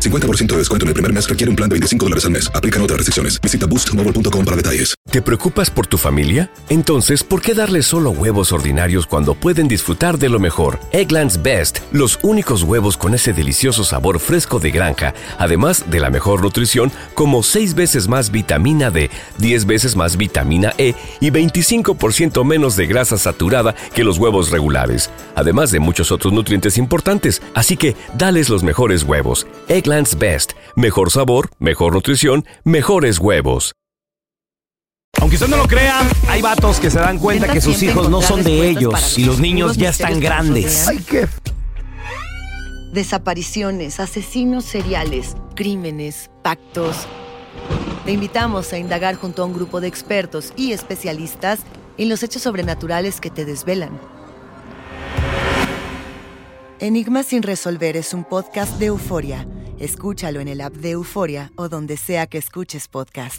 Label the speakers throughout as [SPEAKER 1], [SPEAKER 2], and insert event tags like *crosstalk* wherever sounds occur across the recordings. [SPEAKER 1] 50% de descuento en el primer mes requiere un plan de 25 dólares al mes. Aplican otras restricciones. Visita boostmobile.com para detalles.
[SPEAKER 2] ¿Te preocupas por tu familia? Entonces, ¿por qué darles solo huevos ordinarios cuando pueden disfrutar de lo mejor? Eggland's Best, los únicos huevos con ese delicioso sabor fresco de granja, además de la mejor nutrición, como 6 veces más vitamina D, 10 veces más vitamina E y 25% menos de grasa saturada que los huevos regulares, además de muchos otros nutrientes importantes. Así que, dales los mejores huevos. Eggland's Best, mejor sabor, mejor nutrición, mejores huevos.
[SPEAKER 3] Aunque usted no lo crea, hay vatos que se dan cuenta que sus hijos Pues no son de ellos y los niños ya están grandes.
[SPEAKER 4] Desapariciones, asesinos seriales, crímenes, pactos. Te invitamos a indagar junto a un grupo de expertos y especialistas en los hechos sobrenaturales que te desvelan. Enigma sin resolver es un podcast de euforia. Escúchalo en el app de Euforia o donde sea que escuches podcast.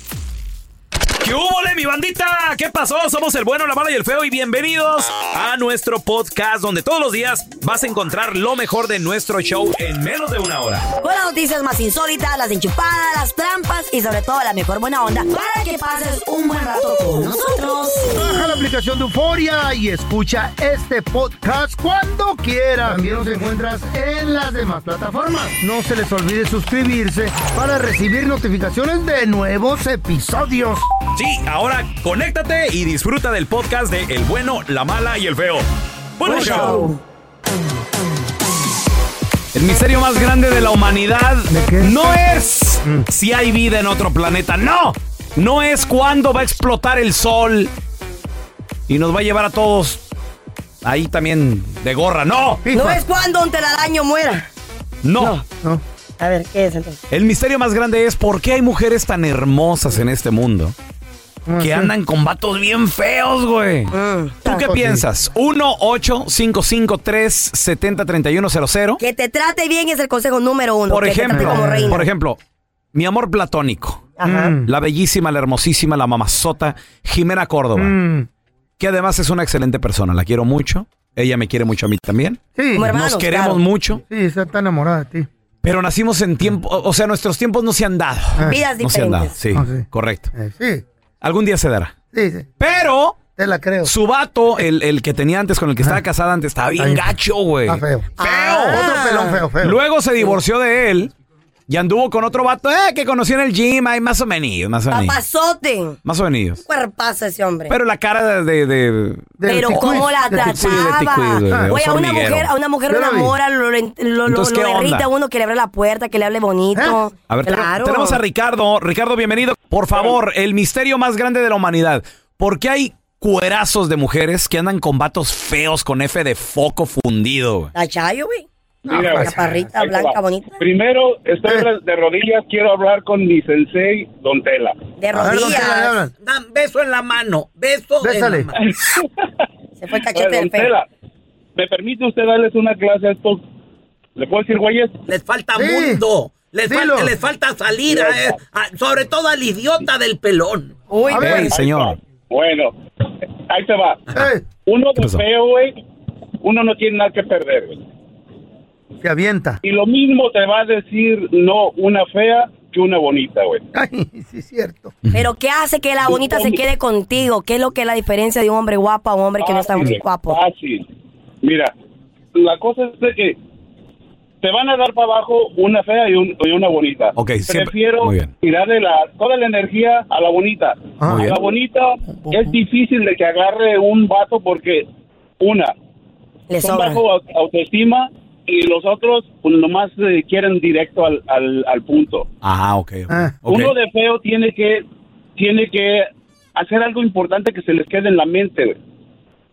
[SPEAKER 3] ¿Qué húbole, mi bandita? ¿Qué pasó? Somos el bueno, la mala y el feo y bienvenidos a nuestro podcast donde todos los días vas a encontrar lo mejor de nuestro show en menos de una hora.
[SPEAKER 5] Con las noticias más insólitas, las enchupadas, las trampas y sobre todo la mejor buena onda para que pases un buen rato con nosotros.
[SPEAKER 6] Baja la aplicación de Euforia y escucha este podcast cuando quieras. También nos encuentras en las demás plataformas. No se les olvide suscribirse para recibir notificaciones de nuevos episodios.
[SPEAKER 3] Sí, ahora conéctate y disfruta del podcast de El bueno, la mala y el feo. Buen show. El misterio más grande de la humanidad no es si hay vida en otro planeta, no. No es cuándo va a explotar el sol y nos va a llevar a todos ahí también de gorra, no.
[SPEAKER 5] No es cuando un telaraño muera.
[SPEAKER 3] No.
[SPEAKER 5] A ver, ¿qué es entonces?
[SPEAKER 3] El misterio más grande es por qué hay mujeres tan hermosas en este mundo que andan con vatos bien feos, güey. ¿Tú qué
[SPEAKER 5] Ah, Ah, sí.
[SPEAKER 3] piensas? 1-855-370-3100.
[SPEAKER 5] Que te trate bien es el consejo número uno.
[SPEAKER 3] Por
[SPEAKER 5] que te trate
[SPEAKER 3] ejemplo,
[SPEAKER 5] como reina.
[SPEAKER 3] por ejemplo, mi amor platónico.
[SPEAKER 5] Ajá.
[SPEAKER 3] Mm. La bellísima, la hermosísima, la mamazota Jimena Córdoba.
[SPEAKER 5] Mm.
[SPEAKER 3] Que además es una excelente persona. La quiero mucho. Ella me quiere mucho a mí también.
[SPEAKER 6] Sí.
[SPEAKER 5] Como hermanos,
[SPEAKER 3] Nos queremos
[SPEAKER 5] claro.
[SPEAKER 3] mucho.
[SPEAKER 6] Sí, está tan enamorada de ti.
[SPEAKER 3] Pero nacimos en tiempo. O o sea, nuestros tiempos no se han dado.
[SPEAKER 5] Vidas
[SPEAKER 3] Ah, No se han dado.
[SPEAKER 5] diferentes.
[SPEAKER 3] Sí,
[SPEAKER 6] Ah, sí.
[SPEAKER 3] correcto.
[SPEAKER 6] Eh, sí,
[SPEAKER 3] Algún día se dará.
[SPEAKER 6] sí, sí.
[SPEAKER 3] Pero
[SPEAKER 6] Te la creo.
[SPEAKER 3] su vato, el, el que tenía antes, con el que estaba casada antes, estaba bien
[SPEAKER 6] Está bien.
[SPEAKER 3] gacho, güey.
[SPEAKER 6] Está feo.
[SPEAKER 5] Ah.
[SPEAKER 6] Otro pelón feo, feo.
[SPEAKER 3] Luego se divorció de él y anduvo con otro vato eh, que conoció en el gym, ahí más o menos, más o menos.
[SPEAKER 5] Papazote.
[SPEAKER 3] Más o menos.
[SPEAKER 5] Cuerpazo ese hombre.
[SPEAKER 3] Pero la cara de... de- de-
[SPEAKER 6] Del
[SPEAKER 5] Pero
[SPEAKER 6] ticuiz,
[SPEAKER 5] cómo la
[SPEAKER 6] del ticuiz.
[SPEAKER 3] ticuiz, del ticuiz, del
[SPEAKER 5] trataba. Güey, a
[SPEAKER 3] oso
[SPEAKER 5] una
[SPEAKER 3] hormiguero.
[SPEAKER 5] mujer, a una mujer lo
[SPEAKER 6] Yo la vi.
[SPEAKER 5] enamora, lo, lo, lo,
[SPEAKER 3] Entonces,
[SPEAKER 5] lo
[SPEAKER 3] ¿qué onda? ¿Eh?
[SPEAKER 5] derrita a uno, que le abre la puerta, que le hable bonito.
[SPEAKER 3] A ver, te-
[SPEAKER 5] claro.
[SPEAKER 3] tenemos a Ricardo. Ricardo, bienvenido. Por favor, el misterio más grande de la humanidad. ¿Por qué hay cuerazos de mujeres que andan con vatos feos con F de foco fundido? güey?
[SPEAKER 5] La Chayo, güey.
[SPEAKER 7] Mira,
[SPEAKER 5] la
[SPEAKER 7] pues,
[SPEAKER 5] parrita
[SPEAKER 7] ahí te
[SPEAKER 5] blanca
[SPEAKER 7] va.
[SPEAKER 5] bonita.
[SPEAKER 7] Primero, estoy
[SPEAKER 6] Eh.
[SPEAKER 7] de- de rodillas, quiero hablar con mi sensei, Don Tela.
[SPEAKER 6] A
[SPEAKER 5] De
[SPEAKER 6] ver, ¿dónde
[SPEAKER 5] rodillas.
[SPEAKER 6] le hablan?
[SPEAKER 8] Dan beso en la mano, beso
[SPEAKER 6] Bésale.
[SPEAKER 8] en
[SPEAKER 7] *laughs*
[SPEAKER 8] la mano.
[SPEAKER 5] Se fue el
[SPEAKER 7] Oye,
[SPEAKER 5] cachete
[SPEAKER 7] don
[SPEAKER 5] del pelo.
[SPEAKER 7] Tela, ¿me permite usted darles una clase a estos? ¿Le puedo decir, güeyes?
[SPEAKER 8] Les falta
[SPEAKER 6] Sí.
[SPEAKER 8] mundo, les,
[SPEAKER 6] Dilo.
[SPEAKER 8] falta, les falta salir, a- eh, a- sobre todo al idiota del pelón.
[SPEAKER 5] Uy,
[SPEAKER 6] A ver.
[SPEAKER 3] Ey, señor.
[SPEAKER 7] Bueno, ahí te va.
[SPEAKER 6] Eh,
[SPEAKER 7] Uno de
[SPEAKER 3] pasó?
[SPEAKER 7] feo, güey, uno no tiene nada que perder, güey.
[SPEAKER 6] se avienta.
[SPEAKER 7] Y lo mismo te va a decir no una fea que una bonita, güey.
[SPEAKER 6] Ay, sí, es cierto.
[SPEAKER 5] pero ¿qué hace que la bonita se quede contigo? ¿Qué es lo que es la diferencia de un hombre guapo a
[SPEAKER 3] Ah,
[SPEAKER 5] un hombre que no está
[SPEAKER 7] Fácil,
[SPEAKER 5] guapo?
[SPEAKER 7] Fácil. Mira, la cosa es de que te van a dar para abajo una fea y, un- y una bonita.
[SPEAKER 3] Ok, siempre-
[SPEAKER 7] Prefiero
[SPEAKER 3] muy bien.
[SPEAKER 7] tirarle la, toda la energía a la bonita.
[SPEAKER 3] Ah. Muy
[SPEAKER 7] a
[SPEAKER 3] bien.
[SPEAKER 7] la bonita es difícil de que agarre un vato porque, una,
[SPEAKER 5] Le
[SPEAKER 7] son
[SPEAKER 5] sobra.
[SPEAKER 7] bajo au- autoestima y los otros pues, nomás eh, quieren directo al, al, al punto.
[SPEAKER 3] Ah, ok. ok. Ok.
[SPEAKER 7] Uno de feo tiene que, tiene que hacer algo importante que se les quede en la mente, güey.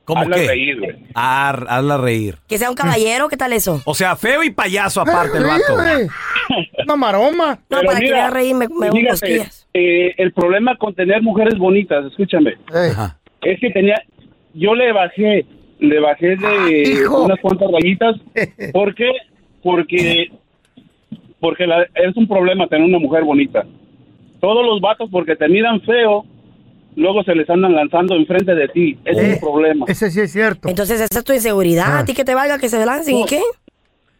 [SPEAKER 3] ¿Cómo
[SPEAKER 7] Hazla
[SPEAKER 3] qué?
[SPEAKER 7] reír, güey.
[SPEAKER 3] Ar- hazla reír.
[SPEAKER 5] Que sea un caballero, ¿qué tal eso?
[SPEAKER 3] O sea, feo y payaso aparte el vato.
[SPEAKER 7] *laughs*
[SPEAKER 6] Una maroma.
[SPEAKER 5] No,
[SPEAKER 7] Pero
[SPEAKER 5] para que
[SPEAKER 7] mira,
[SPEAKER 5] vea reír me, me
[SPEAKER 7] fíjate,
[SPEAKER 5] cosquillas.
[SPEAKER 7] eh, el problema con tener mujeres bonitas, escúchame,
[SPEAKER 3] Ajá.
[SPEAKER 7] es que tenía, yo le bajé, le bajé de
[SPEAKER 6] Ah, hijo.
[SPEAKER 7] unas cuantas
[SPEAKER 6] *laughs*
[SPEAKER 7] rayitas, ¿por qué? Porque, porque la- es un problema tener una mujer bonita. Todos los vatos porque te miran feo, luego se les andan lanzando enfrente de ti, ese es el problema.
[SPEAKER 6] Eh, Ese sí es cierto.
[SPEAKER 5] Entonces, esa es tu
[SPEAKER 3] Ah.
[SPEAKER 5] inseguridad. ¿A ti que te valga que se lancen
[SPEAKER 3] Oh.
[SPEAKER 5] y qué?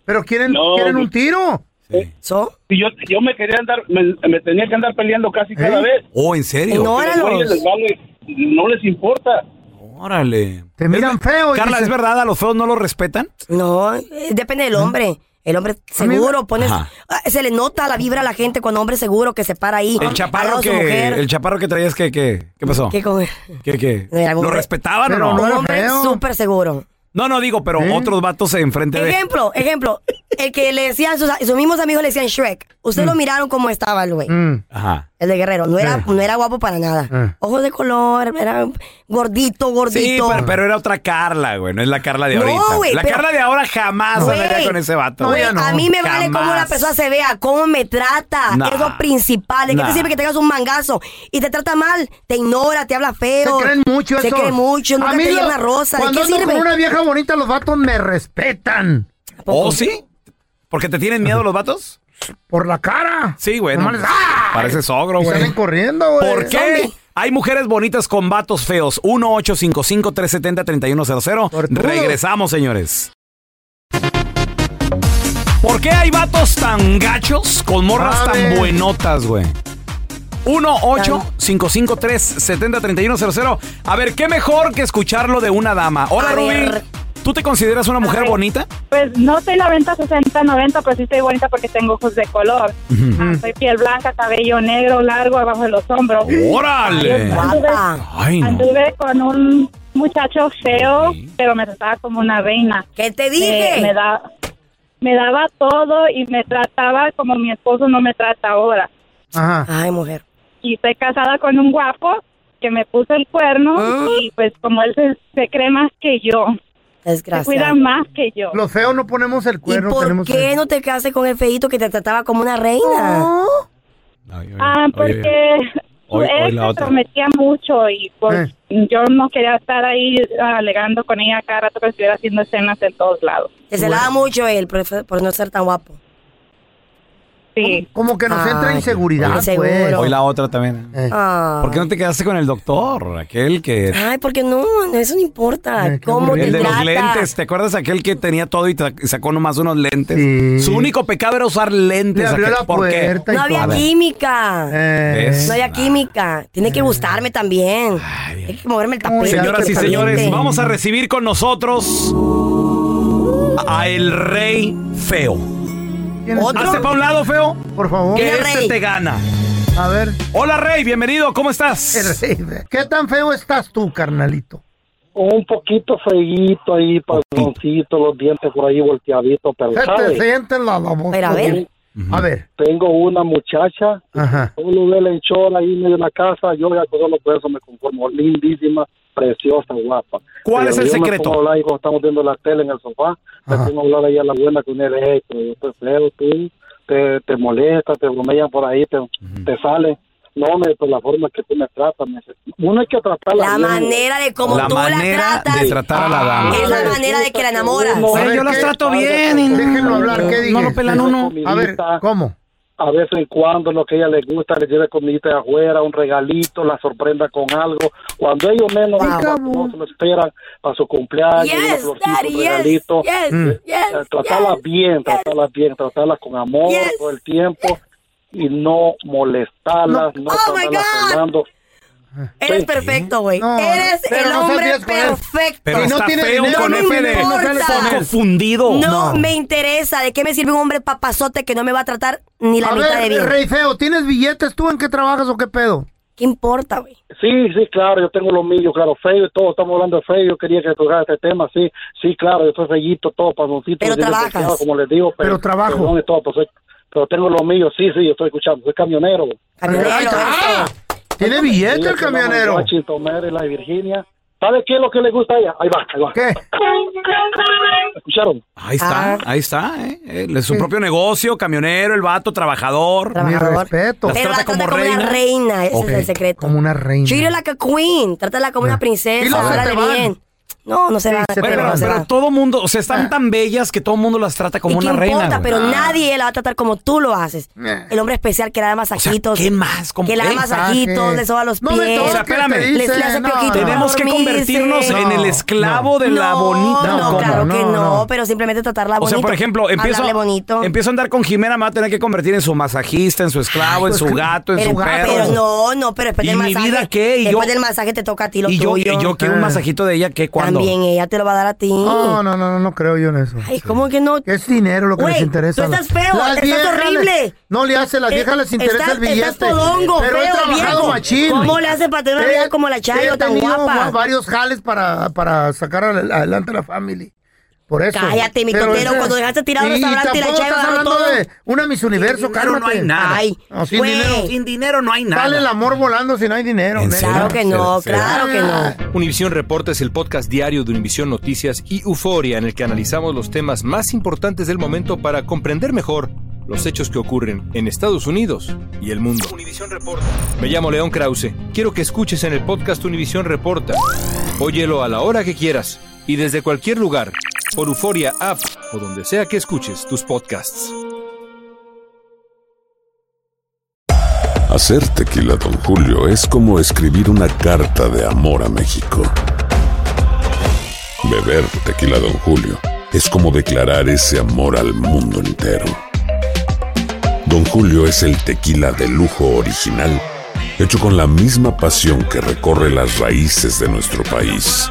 [SPEAKER 6] Pero quieren,
[SPEAKER 7] No,
[SPEAKER 6] quieren
[SPEAKER 7] güey.
[SPEAKER 6] un tiro.
[SPEAKER 3] Eh,
[SPEAKER 5] ¿So?
[SPEAKER 7] Y yo, yo me quería andar, me, me tenía que andar peleando casi
[SPEAKER 6] ¿Eh?
[SPEAKER 7] cada vez.
[SPEAKER 3] Oh, ¿en serio?
[SPEAKER 5] No.
[SPEAKER 7] Los
[SPEAKER 5] Órale.
[SPEAKER 7] güeyes les vale, no les importa.
[SPEAKER 3] Órale.
[SPEAKER 6] Te miran
[SPEAKER 3] Es-
[SPEAKER 6] feo y
[SPEAKER 3] Carla,
[SPEAKER 6] dicen-
[SPEAKER 3] ¿es verdad? ¿A los feos no los respetan?
[SPEAKER 5] No, eh, depende del hombre. El hombre seguro, pones,
[SPEAKER 3] Ajá.
[SPEAKER 5] ah, se le nota la vibra a la gente cuando hombre seguro que se para ahí.
[SPEAKER 3] El
[SPEAKER 5] al
[SPEAKER 3] chaparro
[SPEAKER 5] lado de su
[SPEAKER 3] que,
[SPEAKER 5] mujer.
[SPEAKER 3] el chaparro que traías, ¿qué, qué, qué pasó?
[SPEAKER 5] ¿Qué con-
[SPEAKER 3] ¿Qué, qué?
[SPEAKER 5] Era algo
[SPEAKER 3] ¿Lo
[SPEAKER 5] re-
[SPEAKER 3] respetaban o
[SPEAKER 6] Pero
[SPEAKER 3] no?
[SPEAKER 6] no
[SPEAKER 5] Un
[SPEAKER 6] era
[SPEAKER 5] hombre
[SPEAKER 6] feo.
[SPEAKER 5] súper seguro.
[SPEAKER 3] No, no, digo, pero otros vatos enfrente de...
[SPEAKER 5] Ejemplo, ejemplo. El que le decían, sus, sus mismos amigos le decían Shrek. Ustedes
[SPEAKER 3] Mm.
[SPEAKER 5] lo miraron como estaba el güey.
[SPEAKER 6] Mm.
[SPEAKER 3] Ajá.
[SPEAKER 5] El de Guerrero. No era,
[SPEAKER 6] Eh.
[SPEAKER 5] no era guapo para nada.
[SPEAKER 6] Eh.
[SPEAKER 5] Ojos de color, era gordito,
[SPEAKER 3] Ah. Sí,
[SPEAKER 5] gordito.
[SPEAKER 3] pero, pero era otra Carla, güey. No es la Carla de
[SPEAKER 5] No,
[SPEAKER 3] ahorita.
[SPEAKER 5] güey,
[SPEAKER 3] la
[SPEAKER 5] pero-
[SPEAKER 3] Carla de ahora jamás
[SPEAKER 5] Güey,
[SPEAKER 3] andaría con ese vato.
[SPEAKER 5] güey,
[SPEAKER 3] güey.
[SPEAKER 5] a mí me vale
[SPEAKER 3] Jamás.
[SPEAKER 5] cómo la persona se vea, cómo me trata.
[SPEAKER 3] Nah.
[SPEAKER 5] Es lo principal. ¿De qué
[SPEAKER 3] Nah.
[SPEAKER 5] te sirve que tengas un mangazo y te trata mal? Te ignora, te habla
[SPEAKER 6] Se
[SPEAKER 5] feo.
[SPEAKER 6] creen mucho
[SPEAKER 5] Se
[SPEAKER 6] eso.
[SPEAKER 5] creen mucho, nunca te lleva rosa. ¿De
[SPEAKER 6] Cuando
[SPEAKER 5] qué
[SPEAKER 6] ando
[SPEAKER 5] sirve?
[SPEAKER 6] con una vieja bonita, los vatos me respetan.
[SPEAKER 3] ¿Oh, sí? ¿Porque te tienen miedo los vatos?
[SPEAKER 6] Por la cara.
[SPEAKER 3] Sí, güey.
[SPEAKER 6] Nomás
[SPEAKER 3] no.
[SPEAKER 6] les- ¡Ah!
[SPEAKER 3] Pareces ogro,
[SPEAKER 6] Y
[SPEAKER 3] güey.
[SPEAKER 6] salen corriendo, güey.
[SPEAKER 3] ¿Por qué? Hay mujeres bonitas con vatos feos. 1-855-370-3100.
[SPEAKER 6] Tortudo.
[SPEAKER 3] Regresamos, señores. ¿Por qué hay vatos tan gachos con morras
[SPEAKER 6] A
[SPEAKER 3] tan
[SPEAKER 6] ver.
[SPEAKER 3] buenotas, güey? 1-855-370-3100. A ver, ¿qué mejor que escucharlo de una dama? Hola,
[SPEAKER 5] A
[SPEAKER 3] Rubí.
[SPEAKER 5] ver.
[SPEAKER 3] ¿Tú te consideras una mujer bonita?
[SPEAKER 9] Pues no soy la venta 60-90, pero sí estoy bonita porque tengo ojos de color. Ah, soy piel blanca, cabello negro, largo, abajo de los hombros.
[SPEAKER 3] ¡Órale!
[SPEAKER 5] Guapa.
[SPEAKER 3] Ay, no.
[SPEAKER 9] Anduve con un muchacho feo, pero me trataba como una reina.
[SPEAKER 5] ¿Qué te
[SPEAKER 9] Me,
[SPEAKER 5] dije?
[SPEAKER 9] me da, me daba todo y me trataba como mi esposo no me trata ahora.
[SPEAKER 6] Ajá.
[SPEAKER 5] Ay, mujer.
[SPEAKER 9] Y estoy casada con un guapo que me puso el cuerno
[SPEAKER 5] Ah.
[SPEAKER 9] y pues como él se, se cree más que yo, se cuida
[SPEAKER 5] Desgraciado.
[SPEAKER 9] más que yo.
[SPEAKER 6] Los feos no ponemos el
[SPEAKER 5] ¿Y
[SPEAKER 6] cuerno.
[SPEAKER 5] por
[SPEAKER 6] tenemos
[SPEAKER 5] qué
[SPEAKER 6] el-
[SPEAKER 5] no te casaste con el feíto que te trataba como una reina?
[SPEAKER 3] Ay, oye,
[SPEAKER 9] Ah,
[SPEAKER 3] oye, oye.
[SPEAKER 9] porque
[SPEAKER 3] Hoy- hoy
[SPEAKER 9] él
[SPEAKER 3] la
[SPEAKER 9] se
[SPEAKER 3] otra.
[SPEAKER 9] prometía mucho y pues yo no quería estar ahí ah, alegando con ella cada rato que estuviera haciendo escenas en todos lados.
[SPEAKER 5] Te celaba mucho él por, por no ser tan guapo.
[SPEAKER 9] Sí.
[SPEAKER 6] Como que nos entra
[SPEAKER 5] Ay,
[SPEAKER 6] inseguridad,
[SPEAKER 5] seguro.
[SPEAKER 6] pues.
[SPEAKER 3] Hoy la otra también.
[SPEAKER 6] Eh,
[SPEAKER 5] Ah.
[SPEAKER 3] ¿Por qué no te quedaste con el doctor? Aquel que.
[SPEAKER 5] Ay, porque no, no, eso no importa.
[SPEAKER 3] Eh,
[SPEAKER 6] Ay, qué
[SPEAKER 5] ¿Cómo te
[SPEAKER 3] El de
[SPEAKER 5] trata?
[SPEAKER 3] los lentes. ¿Te acuerdas aquel que tenía todo y tra- y sacó nomás unos lentes?
[SPEAKER 6] Sí.
[SPEAKER 3] Su único pecado era usar
[SPEAKER 6] Le
[SPEAKER 3] lentes.
[SPEAKER 6] abrió
[SPEAKER 3] aquel.
[SPEAKER 6] la
[SPEAKER 3] ¿Por qué?
[SPEAKER 6] puerta y
[SPEAKER 5] No había
[SPEAKER 6] todo.
[SPEAKER 5] química.
[SPEAKER 6] Eh,
[SPEAKER 3] ¿Ves?
[SPEAKER 5] No había química. Tiene que gustarme también. Hay que moverme el tapete.
[SPEAKER 3] Eh. Señoras y
[SPEAKER 5] el
[SPEAKER 3] señores,
[SPEAKER 5] tapete.
[SPEAKER 3] vamos a recibir con nosotros a el rey feo.
[SPEAKER 6] ¿quién es?
[SPEAKER 5] Otro.
[SPEAKER 3] Hazte pa' un lado, feo,
[SPEAKER 6] Por favor.
[SPEAKER 3] que
[SPEAKER 5] El
[SPEAKER 3] este
[SPEAKER 5] rey.
[SPEAKER 3] te gana.
[SPEAKER 6] A ver.
[SPEAKER 3] Hola, rey, bienvenido, ¿cómo
[SPEAKER 6] el
[SPEAKER 3] estás?
[SPEAKER 6] rey. ¿Qué tan feo estás tú, carnalito?
[SPEAKER 7] un poquito feíto ahí, patroncito, los dientes por ahí volteaditos, pero
[SPEAKER 6] Se
[SPEAKER 3] Este
[SPEAKER 6] te
[SPEAKER 7] ¿sabes?
[SPEAKER 6] siente la, la voz.
[SPEAKER 5] Pero a ver.
[SPEAKER 6] A ver.
[SPEAKER 7] Tengo una muchacha,
[SPEAKER 6] Ajá.
[SPEAKER 7] uno de lechón ahí en medio de la casa, yo ya con solo por eso me conformo, lindísima, preciosa, guapa.
[SPEAKER 3] ¿Cuál es el
[SPEAKER 7] yo me
[SPEAKER 3] secreto?
[SPEAKER 7] pongo a hablar, hijo, estamos viendo la tele en el sofá, me
[SPEAKER 6] Ajá.
[SPEAKER 7] pongo a hablar ahí a la buena con él, "Ey, pero yo te feo, tú, te, te molesta, te bromean por ahí, te, te sale. No, me, por la forma que tú me tratas, me dice, uno hay que tratarla
[SPEAKER 5] La
[SPEAKER 7] bien, güey".
[SPEAKER 5] manera de cómo
[SPEAKER 3] La
[SPEAKER 5] tú
[SPEAKER 3] manera
[SPEAKER 5] la tratas. Ah,
[SPEAKER 3] de tratar a la dama.
[SPEAKER 5] Es
[SPEAKER 6] A
[SPEAKER 5] la
[SPEAKER 6] ver.
[SPEAKER 5] manera de que la enamoras.
[SPEAKER 7] No,
[SPEAKER 6] A
[SPEAKER 3] Eh,
[SPEAKER 6] ver,
[SPEAKER 3] yo las
[SPEAKER 6] ¿qué?
[SPEAKER 3] trato bien. y no-
[SPEAKER 6] Déjenlo hablar, ¿qué dije?
[SPEAKER 3] No lo pelan uno.
[SPEAKER 6] A ver, ¿cómo?
[SPEAKER 7] a vez en cuando lo que a ella le gusta, le lleve comidita de afuera, un regalito, la sorprenda con algo. Cuando ellos menos
[SPEAKER 5] Wow.
[SPEAKER 7] no se lo esperan para su cumpleaños, una
[SPEAKER 5] Yes,
[SPEAKER 7] florcita,
[SPEAKER 5] daddy,
[SPEAKER 7] un
[SPEAKER 5] yes, yes,
[SPEAKER 7] regalito.
[SPEAKER 10] Mm.
[SPEAKER 5] yes,
[SPEAKER 7] Eh, tratarla
[SPEAKER 5] yes.
[SPEAKER 7] bien, tratarla bien, tratarla con amor
[SPEAKER 5] Yes.
[SPEAKER 7] todo el tiempo y no molestarlas, no
[SPEAKER 5] Oh, my
[SPEAKER 7] estarlas Pues,
[SPEAKER 5] God.
[SPEAKER 7] peleando.
[SPEAKER 5] Eres perfecto, güey. Eres
[SPEAKER 6] pero
[SPEAKER 5] el
[SPEAKER 6] no
[SPEAKER 5] hombre
[SPEAKER 6] salgas con él.
[SPEAKER 5] perfecto.
[SPEAKER 3] Pero
[SPEAKER 6] Y no
[SPEAKER 3] está
[SPEAKER 6] tiene
[SPEAKER 3] feo
[SPEAKER 6] dinero,
[SPEAKER 3] con
[SPEAKER 6] no
[SPEAKER 3] F de
[SPEAKER 5] importa.
[SPEAKER 3] foco fundido.
[SPEAKER 5] No, me interesa. ¿De qué me sirve un hombre papazote que no me va a tratar ni la
[SPEAKER 6] a
[SPEAKER 5] mitad de
[SPEAKER 6] ver,
[SPEAKER 5] bien?
[SPEAKER 6] Rey Feo, ¿tienes billetes tú? ¿En qué trabajas o qué pedo?
[SPEAKER 5] ¿Qué importa, güey?
[SPEAKER 10] Sí, sí, claro, yo tengo lo mío, claro, feo y todo, estamos hablando de feo, yo quería que tocara este tema, sí, sí, claro, yo soy fellito, todo, pasoncito.
[SPEAKER 5] Pero
[SPEAKER 10] yo soy
[SPEAKER 5] trabajas.
[SPEAKER 10] desgraciado, Como les digo, pero,
[SPEAKER 6] Pero trabajo.
[SPEAKER 10] perdón y todo, pues, soy- pero tengo lo mío, sí, sí, yo estoy escuchando, soy camionero.
[SPEAKER 5] Camionero,
[SPEAKER 6] ah, ¿Tiene billete el
[SPEAKER 10] Sí,
[SPEAKER 6] camionero?
[SPEAKER 10] Washington, Maryland, Virginia. ¿Sabe qué es lo que le gusta a ella? Ahí va, ahí va.
[SPEAKER 6] ¿Qué?
[SPEAKER 10] ¿Escucharon?
[SPEAKER 3] Ahí
[SPEAKER 6] Ah.
[SPEAKER 3] está, ahí está. ¿eh? Él es su propio negocio, camionero, el vato, trabajador.
[SPEAKER 6] Mi
[SPEAKER 5] trabajador.
[SPEAKER 6] respeto.
[SPEAKER 3] Las
[SPEAKER 5] Pero la
[SPEAKER 3] trata
[SPEAKER 5] trata como,
[SPEAKER 3] como
[SPEAKER 5] una
[SPEAKER 3] reina.
[SPEAKER 5] reina. Ese
[SPEAKER 3] Ok.
[SPEAKER 5] es el secreto.
[SPEAKER 6] Como una reina.
[SPEAKER 5] Yo iría like a queen. Trátala como
[SPEAKER 6] Y
[SPEAKER 5] una
[SPEAKER 6] luego
[SPEAKER 5] princesa.
[SPEAKER 6] se
[SPEAKER 5] Háblale
[SPEAKER 6] te van.
[SPEAKER 5] bien. No, no se
[SPEAKER 6] Sí,
[SPEAKER 5] va.
[SPEAKER 6] se Ah. te
[SPEAKER 3] Bueno,
[SPEAKER 6] van, Ah.
[SPEAKER 3] pero,
[SPEAKER 5] no se
[SPEAKER 3] pero
[SPEAKER 5] va.
[SPEAKER 3] todo mundo, o sea, están tan bellas que todo el mundo las trata como
[SPEAKER 5] ¿Y qué
[SPEAKER 3] una reina.
[SPEAKER 5] importa?
[SPEAKER 3] güey.
[SPEAKER 5] Pero
[SPEAKER 6] Ah.
[SPEAKER 5] nadie la va a tratar como tú lo haces. El hombre especial que la da
[SPEAKER 3] O sea,
[SPEAKER 5] masajitos.
[SPEAKER 3] ¿qué más? ¿Cómo
[SPEAKER 5] que la da
[SPEAKER 3] qué?
[SPEAKER 5] masajitos, le soba los
[SPEAKER 6] No
[SPEAKER 5] pies.
[SPEAKER 6] me toques,
[SPEAKER 3] O sea, espérame.
[SPEAKER 6] te
[SPEAKER 5] Les-
[SPEAKER 6] dicen,
[SPEAKER 5] le hace
[SPEAKER 6] no,
[SPEAKER 5] piojito.
[SPEAKER 6] no.
[SPEAKER 3] Tenemos que
[SPEAKER 5] dormirse.
[SPEAKER 3] convertirnos en el
[SPEAKER 6] No,
[SPEAKER 3] esclavo de la bonita.
[SPEAKER 5] No,
[SPEAKER 3] ¿Cómo?
[SPEAKER 5] claro que
[SPEAKER 6] No,
[SPEAKER 5] no,
[SPEAKER 6] no.
[SPEAKER 5] pero simplemente tratarla
[SPEAKER 3] O
[SPEAKER 5] bonito.
[SPEAKER 3] sea, por ejemplo, empiezo,
[SPEAKER 5] Hablarle bonito.
[SPEAKER 3] empiezo a andar con Jimena, me va a tener que convertir en su masajista, en su esclavo,
[SPEAKER 6] pues
[SPEAKER 3] en su gato, en
[SPEAKER 5] pero, ah,
[SPEAKER 3] su perro.
[SPEAKER 5] pero no, no, pero después
[SPEAKER 3] ¿Y
[SPEAKER 5] del
[SPEAKER 3] mi
[SPEAKER 5] masaje.
[SPEAKER 3] vida qué? ¿Y
[SPEAKER 5] después
[SPEAKER 3] yo?
[SPEAKER 5] del masaje te toca a ti lo
[SPEAKER 3] y yo,
[SPEAKER 5] tuyo.
[SPEAKER 3] y yo quiero un
[SPEAKER 6] Ah.
[SPEAKER 3] masajito de ella, ¿qué? ¿Cuándo?
[SPEAKER 5] También ella te lo va a dar a ti.
[SPEAKER 6] No, no, no, no, no creo yo en eso.
[SPEAKER 5] Ay, ¿cómo que no?
[SPEAKER 6] Es dinero lo que
[SPEAKER 5] Güey,
[SPEAKER 6] les interesa.
[SPEAKER 5] tú estás feo,
[SPEAKER 6] Las
[SPEAKER 5] estás
[SPEAKER 6] viejas
[SPEAKER 5] horrible.
[SPEAKER 6] les- no le hace, las
[SPEAKER 5] Eh,
[SPEAKER 6] viejas les interesa
[SPEAKER 5] estás-
[SPEAKER 6] el billete.
[SPEAKER 5] estás todongo,
[SPEAKER 6] pero he
[SPEAKER 5] feo,
[SPEAKER 6] trabajado
[SPEAKER 5] viejo.
[SPEAKER 6] machín.
[SPEAKER 5] ¿Cómo le hace para tener una
[SPEAKER 6] He-
[SPEAKER 5] vida como la Chayo,
[SPEAKER 6] he
[SPEAKER 5] tan
[SPEAKER 6] tenido
[SPEAKER 5] guapa?
[SPEAKER 6] va- varios jales para, para sacar al- adelante a la familia. Por eso.
[SPEAKER 5] Cállate, mi
[SPEAKER 6] Pero
[SPEAKER 5] totero,
[SPEAKER 6] ese-
[SPEAKER 5] cuando dejaste tirado el
[SPEAKER 6] Y- y
[SPEAKER 5] restaurante, la
[SPEAKER 6] tampoco
[SPEAKER 5] Chayo
[SPEAKER 6] estás
[SPEAKER 5] agarró
[SPEAKER 6] hablando
[SPEAKER 5] todo.
[SPEAKER 6] de una Miss Universo,
[SPEAKER 8] dinero
[SPEAKER 6] cármate.
[SPEAKER 8] no hay nada.
[SPEAKER 5] Ay,
[SPEAKER 6] No, sin
[SPEAKER 5] güey.
[SPEAKER 6] dinero.
[SPEAKER 8] Sin dinero no hay nada.
[SPEAKER 6] Sale el amor volando si no hay dinero.
[SPEAKER 3] ¿En
[SPEAKER 6] neta.
[SPEAKER 3] serio?
[SPEAKER 5] Claro que no, claro que no.
[SPEAKER 11] Univisión Reporta Ah. es el podcast diario de Univisión Noticias y Euforia en el que analizamos los temas más importantes del momento para comprender mejor los hechos que ocurren en Estados Unidos y el mundo. Me llamo León Krause. Quiero que escuches en el podcast Univisión Reporta. Óyelo a la hora que quieras y desde cualquier lugar por Euforia App o donde sea que escuches tus podcasts.
[SPEAKER 12] Hacer tequila, Don Julio, es como escribir una carta de amor a México. Beber tequila, Don Julio, es como declarar ese amor al mundo entero. Don Julio es el tequila de lujo original, hecho con la misma pasión que recorre las raíces de nuestro país.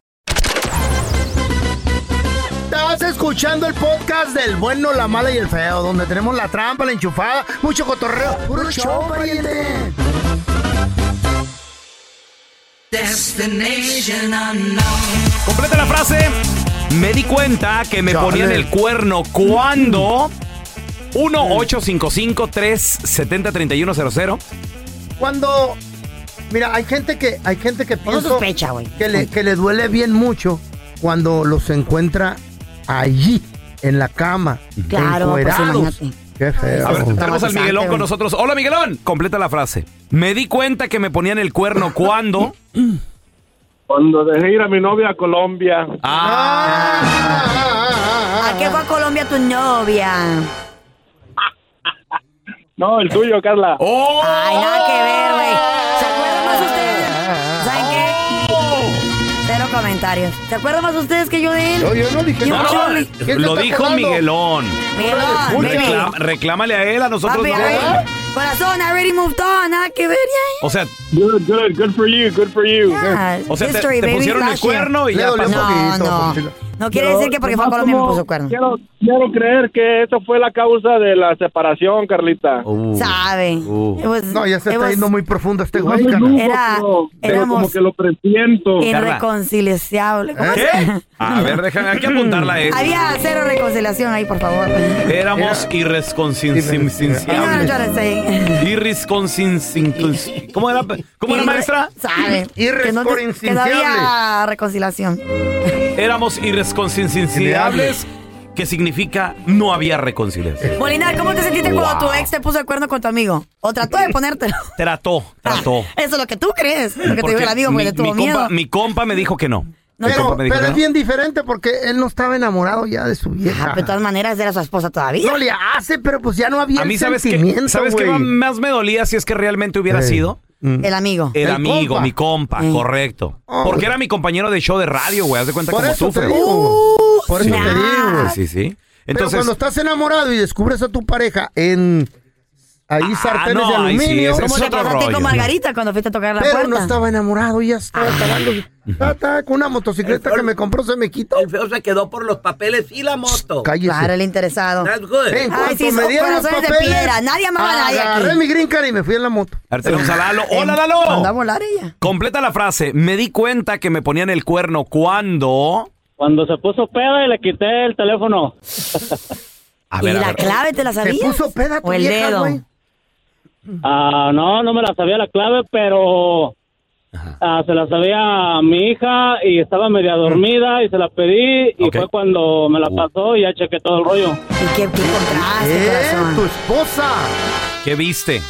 [SPEAKER 6] Estás escuchando el podcast del bueno, la mala y el feo, donde tenemos la trampa, la enchufada, mucho cotorreo. ¡Puro show, pariente!
[SPEAKER 3] Completa la frase. Me di cuenta que me
[SPEAKER 6] Chale.
[SPEAKER 3] ponían el cuerno cuando 1-855-370-3100.
[SPEAKER 6] Cuando. Mira, hay gente que, hay gente que
[SPEAKER 5] Uno
[SPEAKER 6] piensa
[SPEAKER 5] sospecha, güey.
[SPEAKER 6] que, le, que le duele bien mucho cuando los encuentra allí, en la cama.
[SPEAKER 5] Claro, pues
[SPEAKER 6] encuerados.
[SPEAKER 5] imagínate.
[SPEAKER 6] Qué feo.
[SPEAKER 3] A ver,
[SPEAKER 5] Está
[SPEAKER 3] tenemos al
[SPEAKER 5] bastante,
[SPEAKER 3] Miguelón con
[SPEAKER 5] güey.
[SPEAKER 3] nosotros. Hola, Miguelón. Completa la frase. Me di cuenta que me ponían
[SPEAKER 6] *laughs*
[SPEAKER 3] el cuerno cuando.
[SPEAKER 7] Cuando dejé ir a mi novia a Colombia,
[SPEAKER 3] Ah,
[SPEAKER 5] ¿A qué fue a Colombia tu novia?
[SPEAKER 7] no, el tuyo, Carla.
[SPEAKER 3] ¡Oh!
[SPEAKER 5] Ay, nada que ver, güey. ¿Se acuerdan más ustedes? ¿Saben qué? Cero comentarios. ¿Se acuerdan más ustedes que yo de él?
[SPEAKER 6] Yo, yo no dije
[SPEAKER 5] No,
[SPEAKER 6] nada.
[SPEAKER 5] no,
[SPEAKER 6] ¿Quién se
[SPEAKER 3] Lo
[SPEAKER 6] está
[SPEAKER 3] dijo
[SPEAKER 6] acordando?
[SPEAKER 3] Miguelón.
[SPEAKER 5] Miguelón,
[SPEAKER 6] Escucha.
[SPEAKER 5] baby.
[SPEAKER 3] Reclama- reclámale a él, a nosotros
[SPEAKER 5] Papi,
[SPEAKER 3] no.
[SPEAKER 5] a ver. Corazón, I already moved on. Nada que ver,
[SPEAKER 3] O sea,
[SPEAKER 7] Good, good, good for you, good for you.
[SPEAKER 5] ya, ya.
[SPEAKER 3] o sea te,
[SPEAKER 5] History,
[SPEAKER 3] te
[SPEAKER 5] baby,
[SPEAKER 3] pusieron el
[SPEAKER 5] fashion.
[SPEAKER 3] cuerno y
[SPEAKER 6] Le
[SPEAKER 3] ya
[SPEAKER 6] dolió
[SPEAKER 3] pasó.
[SPEAKER 6] poquito,
[SPEAKER 5] No, no.
[SPEAKER 6] poquito.
[SPEAKER 5] No quiere
[SPEAKER 10] Pero
[SPEAKER 5] decir que porque fue a
[SPEAKER 10] nomás
[SPEAKER 5] Colombia me
[SPEAKER 10] como
[SPEAKER 5] puso cuerno.
[SPEAKER 10] Quiero, quiero creer que eso fue la causa de la separación, Carlita.
[SPEAKER 3] Uh.
[SPEAKER 5] Sabe.
[SPEAKER 7] Uh.
[SPEAKER 5] It was-
[SPEAKER 6] No, ya se
[SPEAKER 5] it
[SPEAKER 6] está
[SPEAKER 5] was
[SPEAKER 6] yendo muy profundo este güey,
[SPEAKER 5] Era-
[SPEAKER 6] carnal.
[SPEAKER 5] pero-
[SPEAKER 6] pero
[SPEAKER 5] éramos
[SPEAKER 6] como que lo
[SPEAKER 10] presiento.
[SPEAKER 5] irreconciliable. ¿Cómo
[SPEAKER 3] ¿Qué?
[SPEAKER 5] se-
[SPEAKER 3] A ver, déjame aquí apuntarla. eh.
[SPEAKER 5] Había cero reconciliación ahí, por favor.
[SPEAKER 3] Éramos
[SPEAKER 5] You know what
[SPEAKER 3] irresconcienciables.
[SPEAKER 5] I'm trying to say.
[SPEAKER 6] *laughs*
[SPEAKER 3] Irresconcienciables. ¿Cómo era? ¿Cómo era,
[SPEAKER 5] Irre-
[SPEAKER 3] maestra? *laughs*
[SPEAKER 5] Sabe. Que no, que- que no había reconciliación.
[SPEAKER 3] Éramos irresconcienciables, que significa no había
[SPEAKER 6] Eh,
[SPEAKER 3] reconciliación.
[SPEAKER 5] Molinar, ¿cómo te sentiste cuando tu
[SPEAKER 3] Wow.
[SPEAKER 5] ex te puso de cuerno con tu amigo? ¿O trató de ponértelo? *laughs*
[SPEAKER 3] Trató,
[SPEAKER 6] Ah,
[SPEAKER 3] trató.
[SPEAKER 5] Eso es lo que tú crees. Lo que te dijo el amigo, porque
[SPEAKER 3] mi,
[SPEAKER 5] le tuvo
[SPEAKER 3] mi compa,
[SPEAKER 5] miedo.
[SPEAKER 3] mi compa me dijo que no. Mi compa
[SPEAKER 6] Pero,
[SPEAKER 3] me dijo
[SPEAKER 6] pero
[SPEAKER 3] que
[SPEAKER 6] es bien diferente porque él no estaba enamorado ya de su vieja.
[SPEAKER 5] De todas maneras, era su esposa todavía.
[SPEAKER 6] No le hace, pero pues ya no había
[SPEAKER 3] no. A mí,
[SPEAKER 6] el
[SPEAKER 3] ¿sabes qué?
[SPEAKER 6] sentimiento,
[SPEAKER 3] ¿Sabes qué
[SPEAKER 6] güey. Eh, mm.
[SPEAKER 3] más me dolía si es que realmente hubiera
[SPEAKER 6] Ey.
[SPEAKER 3] sido?
[SPEAKER 5] El amigo.
[SPEAKER 3] El, amigo, mi compa,
[SPEAKER 6] Eh.
[SPEAKER 3] correcto. Porque era mi compañero de show de radio, güey. Haz de cuenta
[SPEAKER 6] Oh, Por
[SPEAKER 3] como
[SPEAKER 6] eso
[SPEAKER 3] tú,
[SPEAKER 6] te
[SPEAKER 3] Fer.
[SPEAKER 6] digo. Por eso
[SPEAKER 3] Sí.
[SPEAKER 6] te digo.
[SPEAKER 3] Sí, sí.
[SPEAKER 6] Pero
[SPEAKER 3] Entonces,
[SPEAKER 6] cuando estás enamorado y descubres a tu pareja en ahí
[SPEAKER 8] Ah,
[SPEAKER 6] sartenes
[SPEAKER 3] no,
[SPEAKER 6] de
[SPEAKER 3] ahí sí,
[SPEAKER 6] aluminio,
[SPEAKER 3] ese es
[SPEAKER 6] ¿cómo te
[SPEAKER 3] otro
[SPEAKER 6] acordaste
[SPEAKER 3] rollo.
[SPEAKER 6] con
[SPEAKER 5] Margarita cuando fuiste a tocar la
[SPEAKER 6] Pero
[SPEAKER 5] puerta. Ah.
[SPEAKER 6] no estaba enamorado, ya estaba acabando. Ta, ta, con una motocicleta que me compró se me quitó.
[SPEAKER 8] El feo se quedó por los papeles y la moto.
[SPEAKER 6] Cállese.
[SPEAKER 5] Claro, el interesado.
[SPEAKER 8] That's good.
[SPEAKER 6] En
[SPEAKER 8] Ay,
[SPEAKER 6] cuanto
[SPEAKER 8] sí,
[SPEAKER 6] me
[SPEAKER 8] son
[SPEAKER 6] dieron los
[SPEAKER 8] corazones de
[SPEAKER 6] papeles,
[SPEAKER 8] piedra. Nadie amaba a nadie aquí.
[SPEAKER 6] Agarré mi green card y me fui en la moto.
[SPEAKER 3] ahora tenemos a Lalo. ¡Hola,
[SPEAKER 5] Mandó a
[SPEAKER 3] Lalo!
[SPEAKER 5] volar ella.
[SPEAKER 3] Completa la frase. Me di cuenta que me ponían el cuerno cuando...
[SPEAKER 13] Cuando se puso peda y le quité el teléfono.
[SPEAKER 3] A ver,
[SPEAKER 5] y
[SPEAKER 3] a
[SPEAKER 5] la
[SPEAKER 3] ver.
[SPEAKER 5] clave te la
[SPEAKER 13] Se
[SPEAKER 5] sabías.
[SPEAKER 13] puso
[SPEAKER 6] peda
[SPEAKER 13] tu
[SPEAKER 5] O el
[SPEAKER 13] vieja,
[SPEAKER 5] dedo.
[SPEAKER 13] güey. Ah, no, no me la sabía la clave, pero ah, se la sabía a mi hija y estaba media dormida y se la pedí y fue cuando me la pasó y ya chequé todo el rollo.
[SPEAKER 5] ¿Y qué, qué contraste, corazón?
[SPEAKER 6] tu esposa.
[SPEAKER 3] ¿Qué viste?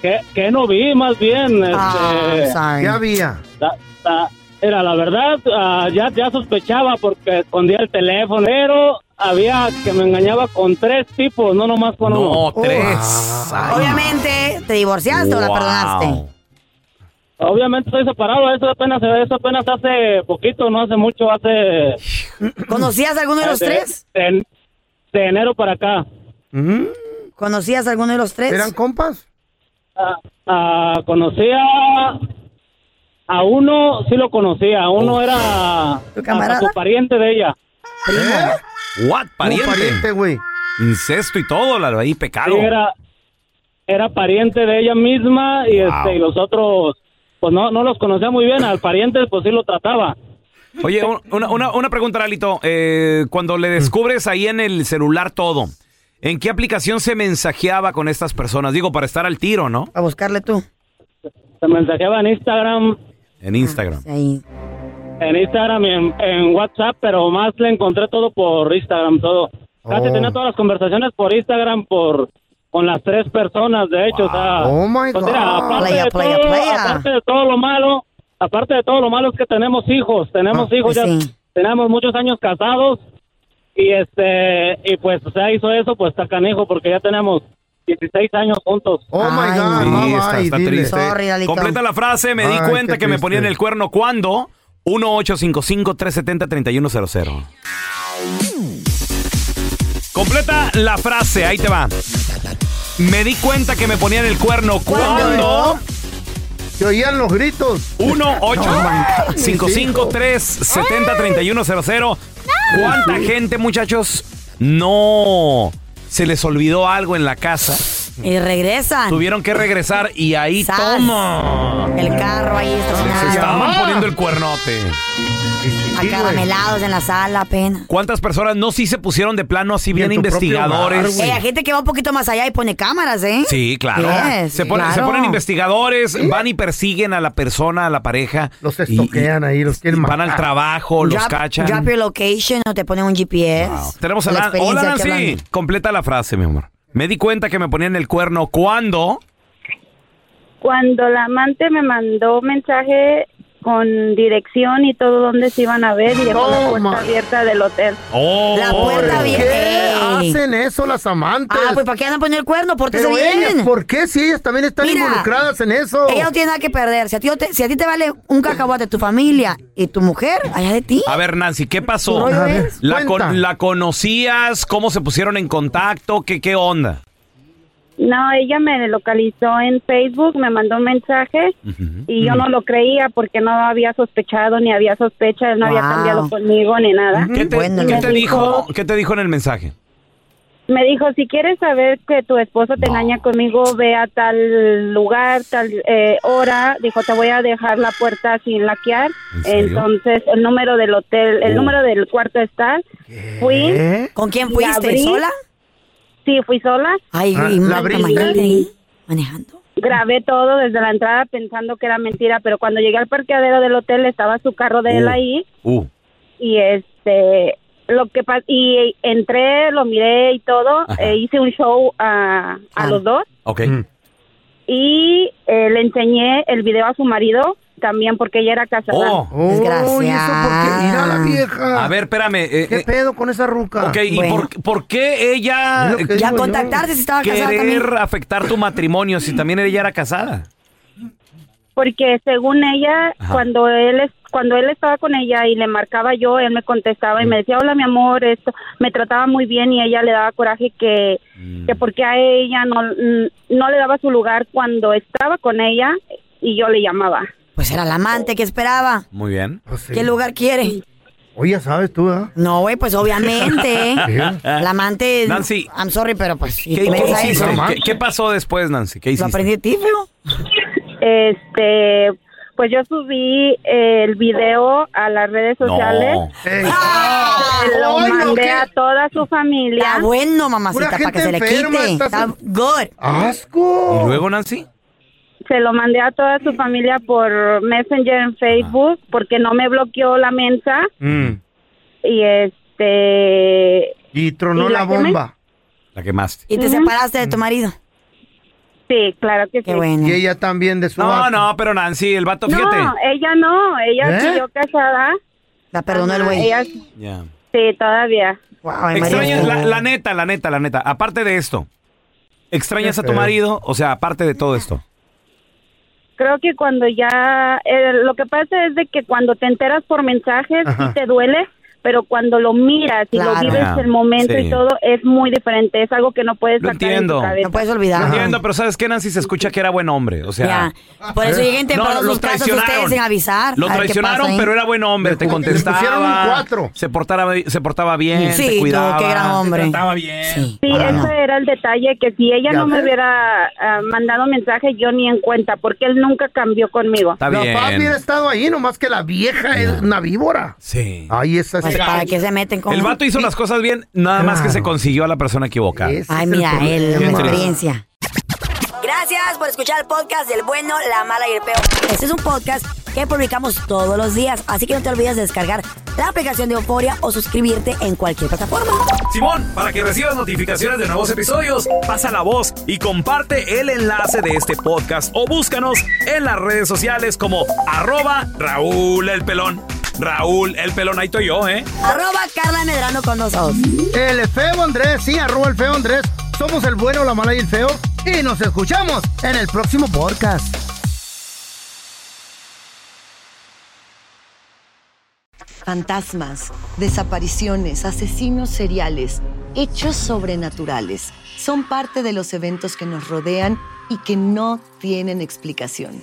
[SPEAKER 13] Que, que no vi, más bien.
[SPEAKER 5] Ah,
[SPEAKER 13] este,
[SPEAKER 5] sorry. ¿Qué
[SPEAKER 6] había?
[SPEAKER 13] La- la- era la verdad, ah, ya, ya sospechaba porque escondía el teléfono, pero había que me engañaba con tres tipos, no nomás con uno.
[SPEAKER 3] tres.
[SPEAKER 5] Ah. Obviamente, te divorciaste o la
[SPEAKER 13] Wow.
[SPEAKER 5] perdonaste.
[SPEAKER 13] Obviamente estoy separado, eso apenas, eso apenas hace poquito, no hace mucho, hace...
[SPEAKER 5] ¿Conocías alguno de los tres?
[SPEAKER 13] De, de enero para acá.
[SPEAKER 5] ¿Conocías alguno de los tres?
[SPEAKER 13] ¿Eran
[SPEAKER 6] compas?
[SPEAKER 13] Ah, conocía a uno, sí lo conocía, uno era hasta su pariente de ella.
[SPEAKER 3] ¿What? ¿Pariente?
[SPEAKER 6] güey.
[SPEAKER 3] Incesto y todo, Lalo. Ahí pecado.
[SPEAKER 13] Sí, era, era pariente de ella misma y,
[SPEAKER 3] Wow.
[SPEAKER 13] este, y los otros, pues no, no los conocía muy bien, al pariente pues sí lo trataba.
[SPEAKER 3] Oye, un- una, una- una pregunta, Lalito. Eh, cuando le descubres ahí en el celular todo, ¿en qué aplicación se mensajeaba con estas personas? Digo, para estar al tiro, ¿no?
[SPEAKER 5] A buscarle tú.
[SPEAKER 13] Se mensajeaba en Instagram,
[SPEAKER 3] En Instagram.
[SPEAKER 13] en Instagram y en, en WhatsApp, pero más le encontré todo por Instagram, todo. Casi
[SPEAKER 6] Oh.
[SPEAKER 13] tenía todas las conversaciones por Instagram, por con las tres personas, de hecho, o sea,
[SPEAKER 6] Oh, my
[SPEAKER 13] pues
[SPEAKER 6] God.
[SPEAKER 13] mira, aparte,
[SPEAKER 6] Playa,
[SPEAKER 13] de
[SPEAKER 6] playa,
[SPEAKER 13] todo,
[SPEAKER 6] playa.
[SPEAKER 13] aparte de todo lo malo, aparte de todo lo malo es que tenemos hijos, tenemos
[SPEAKER 6] Ah,
[SPEAKER 13] hijos
[SPEAKER 6] pues
[SPEAKER 13] ya,
[SPEAKER 6] sí.
[SPEAKER 13] tenemos muchos años casados y este y pues o sea, hizo eso, pues está canijo porque ya tenemos 16 años juntos.
[SPEAKER 6] Oh my God,
[SPEAKER 3] Sí,
[SPEAKER 6] mamá,
[SPEAKER 3] está,
[SPEAKER 6] ay,
[SPEAKER 3] está
[SPEAKER 6] dile.
[SPEAKER 3] triste. Completa la frase, me di
[SPEAKER 6] Ay,
[SPEAKER 3] cuenta
[SPEAKER 6] qué
[SPEAKER 3] que me
[SPEAKER 6] triste.
[SPEAKER 3] ponían el cuerno cuando 1-855-370-3100. Completa la frase, ahí te va. Me di cuenta que me ponían el cuerno cuando...
[SPEAKER 6] Te oían los gritos.
[SPEAKER 3] 1 8 5 5 3 70 31 00 ¿Cuánta gente, muchachos? No. Se les olvidó algo en la casa.
[SPEAKER 5] Y regresan.
[SPEAKER 3] Tuvieron que regresar y ahí
[SPEAKER 5] Sas.
[SPEAKER 3] toma.
[SPEAKER 5] El carro ahí
[SPEAKER 3] Se estaban
[SPEAKER 5] estacionado.
[SPEAKER 3] poniendo el cuernote.
[SPEAKER 5] Acaramelados en la sala apenas.
[SPEAKER 3] ¿Cuántas personas no sí se pusieron de plano así bien
[SPEAKER 5] en tu propio
[SPEAKER 3] investigadores?
[SPEAKER 5] Eh, hay gente que va un poquito más allá y pone cámaras, ¿eh?
[SPEAKER 3] Sí, claro.
[SPEAKER 5] Yes,
[SPEAKER 3] se, ponen, se
[SPEAKER 5] claro.
[SPEAKER 3] ponen investigadores, van y persiguen a la persona, a la pareja. Los
[SPEAKER 6] estoquean ahí, los quieren
[SPEAKER 3] Van al trabajo, los
[SPEAKER 5] Drop-
[SPEAKER 3] cachan.
[SPEAKER 5] Drop your location o te ponen un GPS.
[SPEAKER 3] Tenemos a
[SPEAKER 5] La
[SPEAKER 3] Lan- Hola,
[SPEAKER 5] experiencia que
[SPEAKER 3] Nancy.
[SPEAKER 5] hablan.
[SPEAKER 3] Completa la frase, mi amor. Me di cuenta que me ponían el cuerno cuando.
[SPEAKER 9] Cuando la amante me mandó mensaje con dirección y todo donde se iban a ver y dejó la puerta abierta del hotel.
[SPEAKER 8] Oh.
[SPEAKER 6] la puerta ¿Qué hacen eso las amantes?
[SPEAKER 5] Ah, pues ¿para qué andan poniendo el cuerno? Pórtese
[SPEAKER 6] Pero
[SPEAKER 5] bien.
[SPEAKER 6] ellas, ¿por qué? Si ellas también están
[SPEAKER 5] Mira,
[SPEAKER 6] involucradas en eso.
[SPEAKER 5] Ella no tiene nada que perder. Si a, ti no te, si a ti te vale un cacahuate tu familia y tu mujer, allá de ti.
[SPEAKER 3] A ver, Nancy, ¿qué
[SPEAKER 5] Tu
[SPEAKER 3] pasó?
[SPEAKER 5] rollo es.
[SPEAKER 3] La, con-
[SPEAKER 5] Cuenta.
[SPEAKER 3] la conocías? ¿Cómo se pusieron en contacto? ¿Qué, qué onda?
[SPEAKER 9] No, ella me localizó en Facebook, me mandó un mensaje y yo no lo creía porque no había sospechado ni había sospecha, él no había
[SPEAKER 3] Wow.
[SPEAKER 9] cambiado conmigo ni nada.
[SPEAKER 3] ¿Qué te,
[SPEAKER 9] Y
[SPEAKER 3] qué
[SPEAKER 9] me
[SPEAKER 3] te dijo, ¿Qué te dijo en el mensaje?
[SPEAKER 9] Me dijo, si quieres saber que tu esposo te engaña conmigo, ve a tal lugar, tal eh, hora. Dijo, te voy a dejar la puerta sin laquear.
[SPEAKER 5] serio?
[SPEAKER 9] Entonces, el número del hotel, el
[SPEAKER 5] Oh.
[SPEAKER 9] número del cuarto está. Fui.
[SPEAKER 5] ¿Con quién
[SPEAKER 9] la
[SPEAKER 5] fuiste?
[SPEAKER 9] abrí.
[SPEAKER 5] ¿Sola?
[SPEAKER 9] Sí, fui sola.
[SPEAKER 5] Ay, Ah, y ¿la ma- abriste? imagínate ahí,
[SPEAKER 9] manejando. Grabé todo desde la entrada pensando que era mentira, pero cuando llegué al parqueadero del hotel estaba su carro de él
[SPEAKER 3] Uh.
[SPEAKER 5] Oh.
[SPEAKER 9] ahí
[SPEAKER 3] Uh,
[SPEAKER 9] y este lo que pa- y entré lo miré y todo eh, hice un show a, a los dos
[SPEAKER 3] ok.
[SPEAKER 9] y eh, le enseñé el video a su marido también porque ella era casada
[SPEAKER 3] Oh. A ver, espérame. eh,
[SPEAKER 6] ¿Qué
[SPEAKER 3] eh,
[SPEAKER 6] pedo con esa ruca?
[SPEAKER 3] ok, ¿y por, por qué ella...
[SPEAKER 6] Es lo que Ya digo yo. contactarte si estaba casada
[SPEAKER 3] Querer
[SPEAKER 6] también.
[SPEAKER 3] afectar tu matrimonio si también ella era casada.
[SPEAKER 9] porque según ella
[SPEAKER 3] Ajá.
[SPEAKER 9] cuando él es cuando él estaba con ella y le marcaba yo él me contestaba y
[SPEAKER 3] Mm.
[SPEAKER 9] me decía hola mi amor esto me trataba muy bien y ella le daba coraje que
[SPEAKER 3] Mm.
[SPEAKER 9] que porque a ella no mm, no le daba su lugar cuando estaba con ella y yo le llamaba
[SPEAKER 5] Pues era la amante que esperaba.
[SPEAKER 3] Muy bien.
[SPEAKER 5] ¿Qué lugar quiere?
[SPEAKER 6] Pues Oye, ya sabes tú, ¿ah?
[SPEAKER 5] No, güey, pues obviamente.
[SPEAKER 3] Sí.
[SPEAKER 5] la amante.
[SPEAKER 3] Nancy.
[SPEAKER 5] I'm sorry, pero pues.
[SPEAKER 3] ¿Qué,
[SPEAKER 5] si
[SPEAKER 3] qué
[SPEAKER 5] tú ves a
[SPEAKER 3] hiciste?
[SPEAKER 5] eso-
[SPEAKER 3] ¿Qué- qué pasó después, Nancy? ¿Qué
[SPEAKER 5] Lo
[SPEAKER 3] hiciste?
[SPEAKER 5] aprendí de ti, feo.
[SPEAKER 9] Este, pues yo subí el video a las redes
[SPEAKER 3] No.
[SPEAKER 9] sociales.
[SPEAKER 3] Eh,
[SPEAKER 9] Se lo
[SPEAKER 5] Ay, no,
[SPEAKER 9] mandé
[SPEAKER 5] ¿qué?
[SPEAKER 9] a toda su familia.
[SPEAKER 5] Está bueno, mamacita,
[SPEAKER 9] Pura
[SPEAKER 5] para que se
[SPEAKER 9] gente
[SPEAKER 5] le
[SPEAKER 9] enferma,
[SPEAKER 5] quite.
[SPEAKER 9] estás-
[SPEAKER 5] Está good.
[SPEAKER 3] ¿Y luego, Nancy?
[SPEAKER 9] Se lo mandé a toda su familia por Messenger en Facebook
[SPEAKER 5] Ah.
[SPEAKER 9] porque no me bloqueó la mensa
[SPEAKER 3] Mm.
[SPEAKER 9] y este
[SPEAKER 6] Y tronó
[SPEAKER 9] ¿Y
[SPEAKER 6] la,
[SPEAKER 9] la que me-
[SPEAKER 6] bomba. Mm.
[SPEAKER 3] La quemaste.
[SPEAKER 5] ¿Y te separaste de tu marido?
[SPEAKER 9] Sí, claro que
[SPEAKER 5] Qué bueno.
[SPEAKER 6] Y ella también de su
[SPEAKER 3] No,
[SPEAKER 6] vato.
[SPEAKER 3] no, pero Nancy, el vato, fíjate.
[SPEAKER 9] No, ella no, ella
[SPEAKER 3] ¿Eh?
[SPEAKER 9] siguió casada.
[SPEAKER 5] La perdonó
[SPEAKER 9] el
[SPEAKER 5] güey.
[SPEAKER 3] Ya.
[SPEAKER 9] sí, todavía.
[SPEAKER 3] Extrañas, la, la neta, la neta, la neta. Aparte de esto, ¿extrañas a tu
[SPEAKER 9] feo.
[SPEAKER 3] marido? O sea, aparte de todo esto.
[SPEAKER 9] Creo que cuando ya, eh, lo que pasa es de que cuando te enteras por mensajes
[SPEAKER 3] Ajá.
[SPEAKER 9] sí te duele, pero cuando lo miras y
[SPEAKER 3] Claro.
[SPEAKER 9] lo vives
[SPEAKER 3] Ajá,
[SPEAKER 9] el momento
[SPEAKER 3] sí.
[SPEAKER 9] y todo es muy diferente, es algo que no puedes
[SPEAKER 3] Lo
[SPEAKER 9] sacar de
[SPEAKER 3] entiendo.
[SPEAKER 9] tu cabeza.
[SPEAKER 5] No puedes olvidar.
[SPEAKER 3] Lo entiendo, pero ¿sabes qué, Nancy? Se escucha que era buen hombre. O sea.
[SPEAKER 5] Ya. Por eso lleguen temprano a
[SPEAKER 3] los
[SPEAKER 5] sus casas ustedes sin avisar.
[SPEAKER 3] Lo
[SPEAKER 5] A ver qué
[SPEAKER 3] traicionaron,
[SPEAKER 5] pasa ahí.
[SPEAKER 3] pero era buen hombre. Te
[SPEAKER 5] Le pu- le
[SPEAKER 3] contestaba.
[SPEAKER 5] pusieron un cuatro.
[SPEAKER 3] Se portaba, se portaba bien,
[SPEAKER 5] Sí,
[SPEAKER 3] te
[SPEAKER 5] no,
[SPEAKER 3] cuidaba.
[SPEAKER 5] qué gran hombre.
[SPEAKER 3] Te trataba bien.
[SPEAKER 9] Sí, ese era el detalle, que si ella
[SPEAKER 3] Ya
[SPEAKER 9] no me
[SPEAKER 3] ves.
[SPEAKER 9] hubiera ah, mandado mensaje, yo ni en cuenta, porque él nunca cambió
[SPEAKER 3] *laughs*
[SPEAKER 9] conmigo.
[SPEAKER 3] Está
[SPEAKER 6] La paz hubiera estado ahí, nomás que la vieja es una víbora.
[SPEAKER 3] Sí.
[SPEAKER 6] Ahí está.
[SPEAKER 5] Pues, ¿Para qué se meten con
[SPEAKER 3] El vato hizo las cosas bien, nada más que se consiguió a la persona equivocada.
[SPEAKER 5] Ay, mira, él,
[SPEAKER 3] Qué
[SPEAKER 5] una
[SPEAKER 3] triste.
[SPEAKER 5] experiencia. Gracias por escuchar el podcast del bueno, la mala y el peor. Este es un podcast que publicamos todos los días, así que no te olvides de descargar la aplicación de Euforia o suscribirte en cualquier plataforma.
[SPEAKER 3] Simón, para que recibas notificaciones de nuevos episodios, pasa la voz y comparte el enlace de este podcast o búscanos en las redes sociales como arroba Raúl el Pelón. Raúl el Pelón, ahí estoy yo, ¿eh?
[SPEAKER 5] Arroba Carla Medrano con nosotros.
[SPEAKER 6] El feo Andrés, sí, arroba el feo Andrés. Somos el bueno, la mala y el feo. Y nos escuchamos en el próximo podcast.
[SPEAKER 4] Fantasmas, desapariciones, asesinos seriales, hechos sobrenaturales son parte de los eventos que nos rodean y que no tienen explicación.